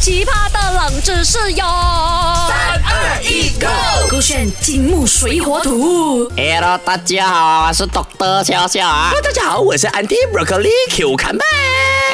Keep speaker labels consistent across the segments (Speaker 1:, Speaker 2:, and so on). Speaker 1: 奇葩的冷知识哟！三
Speaker 2: 二一，Go！
Speaker 1: 勾选金木水火土。
Speaker 3: Hello，大家好，我是 Doctor 笑笑啊。
Speaker 2: 大家好，我是 Andy Broccoli Q 坎贝。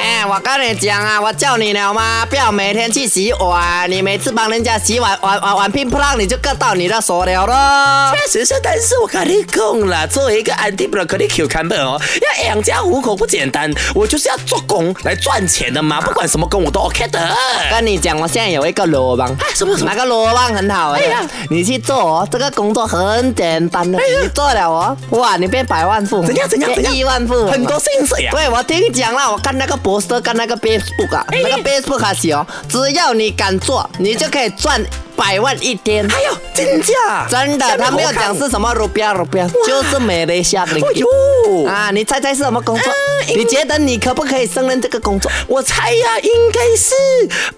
Speaker 3: 哎，我跟你讲啊，我叫你了吗？不要每天去洗碗，你每次帮人家洗碗，碗碗碗乒不啷，你就各到你的手了咯。
Speaker 2: 确实是，但是我跟你讲了，作为一个 Andy Broccoli Q 坎贝哦，要养家糊口不简单，我就是要做工来赚钱的嘛，不管什么工我都 OK 的。啊
Speaker 3: 跟你讲，我现在有一个罗棒，
Speaker 2: 什么什么
Speaker 3: 那个罗棒很好哎、
Speaker 2: 哎呀哎
Speaker 3: 你去做哦，这个工作很简单的，
Speaker 2: 呀
Speaker 3: 你做了哦，哇，你变百万富翁，
Speaker 2: 怎样怎样怎
Speaker 3: 变
Speaker 2: 样？
Speaker 3: 亿万富翁，啊
Speaker 2: 很多。薪水呀、
Speaker 3: 对，我听讲了，我看那个博士跟那个 Facebook 啊，
Speaker 2: 哎
Speaker 3: 那个 Facebook 啊写哦，只要你敢做，你就可以赚百万一天。
Speaker 2: 还有哎真假？
Speaker 3: 真的，他没有讲是什么 rupiah rupiah，就是美雷西亚的。
Speaker 2: 哎呦，
Speaker 3: 啊，你猜猜是什么工作？
Speaker 2: 嗯应
Speaker 3: 你觉得你可不可以胜任这个工作？
Speaker 2: 我猜呀、应该是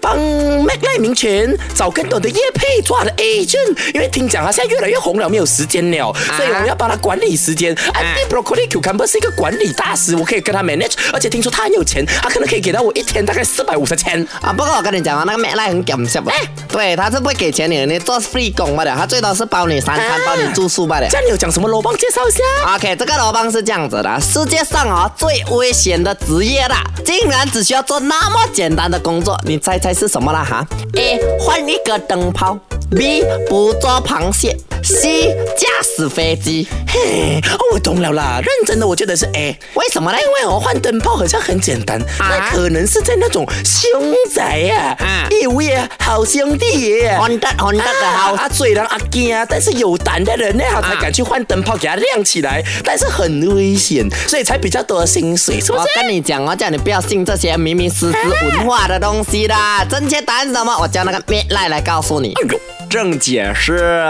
Speaker 2: 帮麦赖明权找更多的业配做他的 agent，因为听讲他现在越来越红了，没有时间了，所以我们要帮他管理时间。Andy Broccoli Cucumber 是一个管理大师，我可以跟他 manage，而且听说他很有钱，他可能可以给到我一天大概四百五十千。
Speaker 3: 啊，不过我跟你讲啊，那个麦赖很搞笑吧？
Speaker 2: 哎
Speaker 3: 对，他是不会给钱你的，你做 free 工罢了，他最多是包你三餐，
Speaker 2: 啊
Speaker 3: 包你住宿罢了
Speaker 2: 这。样你有讲什么罗帮介绍一下？
Speaker 3: OK，这个罗棒是这样子的，世界上啊、最危险的职业啦，竟然只需要做那么简单的工作，你猜猜是什么啦哈？A 换一个灯泡，B 捕捉螃蟹，C 驾驶飞机，
Speaker 2: 嘿，哦，我懂了啦，认真的，我觉得是 A。
Speaker 3: 为什么呢？
Speaker 2: 因为我换灯泡好像很简单，那可能是在那种凶宅呀、
Speaker 3: 啊
Speaker 2: 义乌呀、好兄弟爷呀、
Speaker 3: 混蛋混蛋的好
Speaker 2: 啊，最让阿惊啊，但是有胆的人呢，他才敢去换灯泡给它亮起来，但是很危险，所以才比较多的薪水，是不
Speaker 3: 我
Speaker 2: 是？
Speaker 3: 跟你讲哦，叫你不要信这些迷迷思思文化的东西啦。正确答案是什么？我叫那个灭赖来告诉你。
Speaker 2: 哎呦
Speaker 4: 正解是。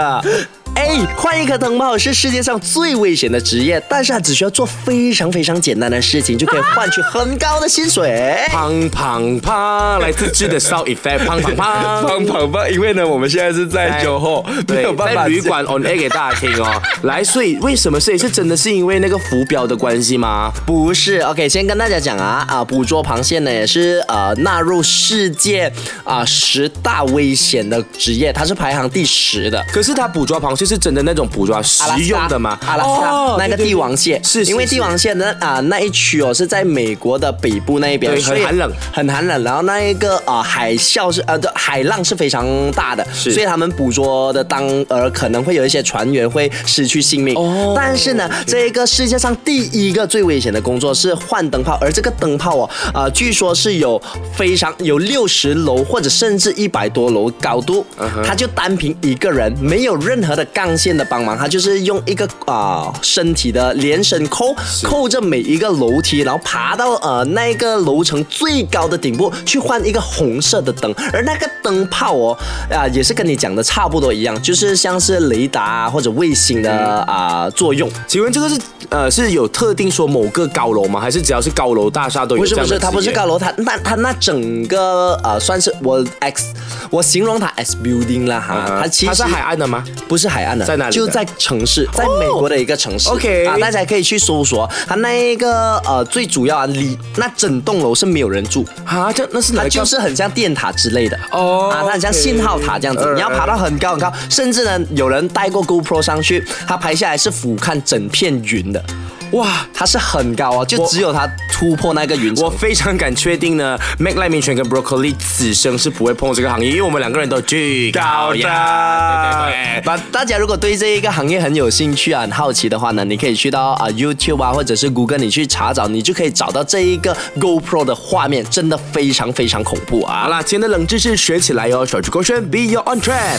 Speaker 4: 哎，换一颗灯泡是世界上最危险的职业，但是它只需要做非常非常简单的事情，就可以换取很高的薪水。
Speaker 2: 胖胖胖，来自 G 的 Sound Effect，胖胖胖。
Speaker 4: 胖胖胖，因为呢，我们现在是在酒后，没有办
Speaker 5: 在
Speaker 4: 法
Speaker 5: 旅馆 on air 给大家听哦。来，所以为什么？所以是真的是因为那个浮标的关系吗？
Speaker 4: 不是，OK，先跟大家讲啊啊，捕捉螃蟹呢也是呃纳入世界啊十大危险的职业，它是排行第十的。
Speaker 5: 可是它捕捉螃蟹是真的那种捕捉
Speaker 4: 阿拉
Speaker 5: 食
Speaker 4: 斯加
Speaker 5: 用的吗？
Speaker 4: 阿拉斯加、
Speaker 5: 哦
Speaker 4: 那个帝王蟹，
Speaker 5: 是是
Speaker 4: 因为
Speaker 5: 是
Speaker 4: 帝王蟹呢啊、那一区哦是在美国的北部那一边，
Speaker 5: 对
Speaker 4: 所以
Speaker 5: 很寒冷
Speaker 4: 很寒冷。然后那一个啊、海啸是呃对海浪是非常大的，
Speaker 5: 是
Speaker 4: 所以他们捕捉的当儿可能会有一些船员会失去性命。
Speaker 5: 哦
Speaker 4: 但是呢，这个世界上第一个最危险的工作是换灯泡，而这个灯泡哦啊、据说是有非常有六十楼或者甚至一百多楼高度，它就单凭一个人，没有任何的杠线的帮忙，它就是用一个啊、身体的连身扣扣着每一个楼梯，然后爬到呃那一个楼层最高的顶部去换一个红色的灯，而那个灯泡哦啊、也是跟你讲的差不多一样，就是像是雷达啊或者卫星的啊、作用。
Speaker 5: 请问这个是呃是有特定说某个高楼吗？还是只要是高楼大厦都有
Speaker 4: 不
Speaker 5: 这
Speaker 4: 是不
Speaker 5: 样的
Speaker 4: 是，它不是
Speaker 5: 职业
Speaker 4: 高楼，它那它那整个呃，算是我 X，我形容它 S building 啦哈，
Speaker 5: 啊
Speaker 4: 它其实
Speaker 5: 它是海岸的吗？
Speaker 4: 不是海岸的，
Speaker 5: 在哪里的哦
Speaker 4: 就在城市，在美国的一个城市。
Speaker 5: OK
Speaker 4: 啊，大家可以去搜索它那一个呃，最主要啊，里那整栋楼是没有人住，
Speaker 5: 啊，这那是哪
Speaker 4: 它
Speaker 5: 个高
Speaker 4: 就是很像电塔之类的
Speaker 5: 哦
Speaker 4: 啊，它很像
Speaker 5: OK
Speaker 4: 信号塔这样子，
Speaker 5: 嗯
Speaker 4: 你要爬到很高很高，甚至呢，有人带过 GoPro 上去，它拍下来是俯瞰整片云的。
Speaker 5: 哇？
Speaker 4: 它是很高啊，就
Speaker 5: 我
Speaker 4: 只有它突破那个云层。
Speaker 5: 我非常敢确定呢，Mac 赖明权跟 Broccoli 此生是不会碰这个行业，因为我们两个人都巨高呀。对对对。
Speaker 4: 把大家如果对这一个行业很有兴趣啊、很好奇的话呢，你可以去到啊、YouTube 啊，或者是 Google，你去查找，你就可以找到这一个 GoPro 的画面，真的非常非常恐怖啊！
Speaker 5: 好啦，今天的冷知识学起来哟，手指勾选 Be Your On Trend。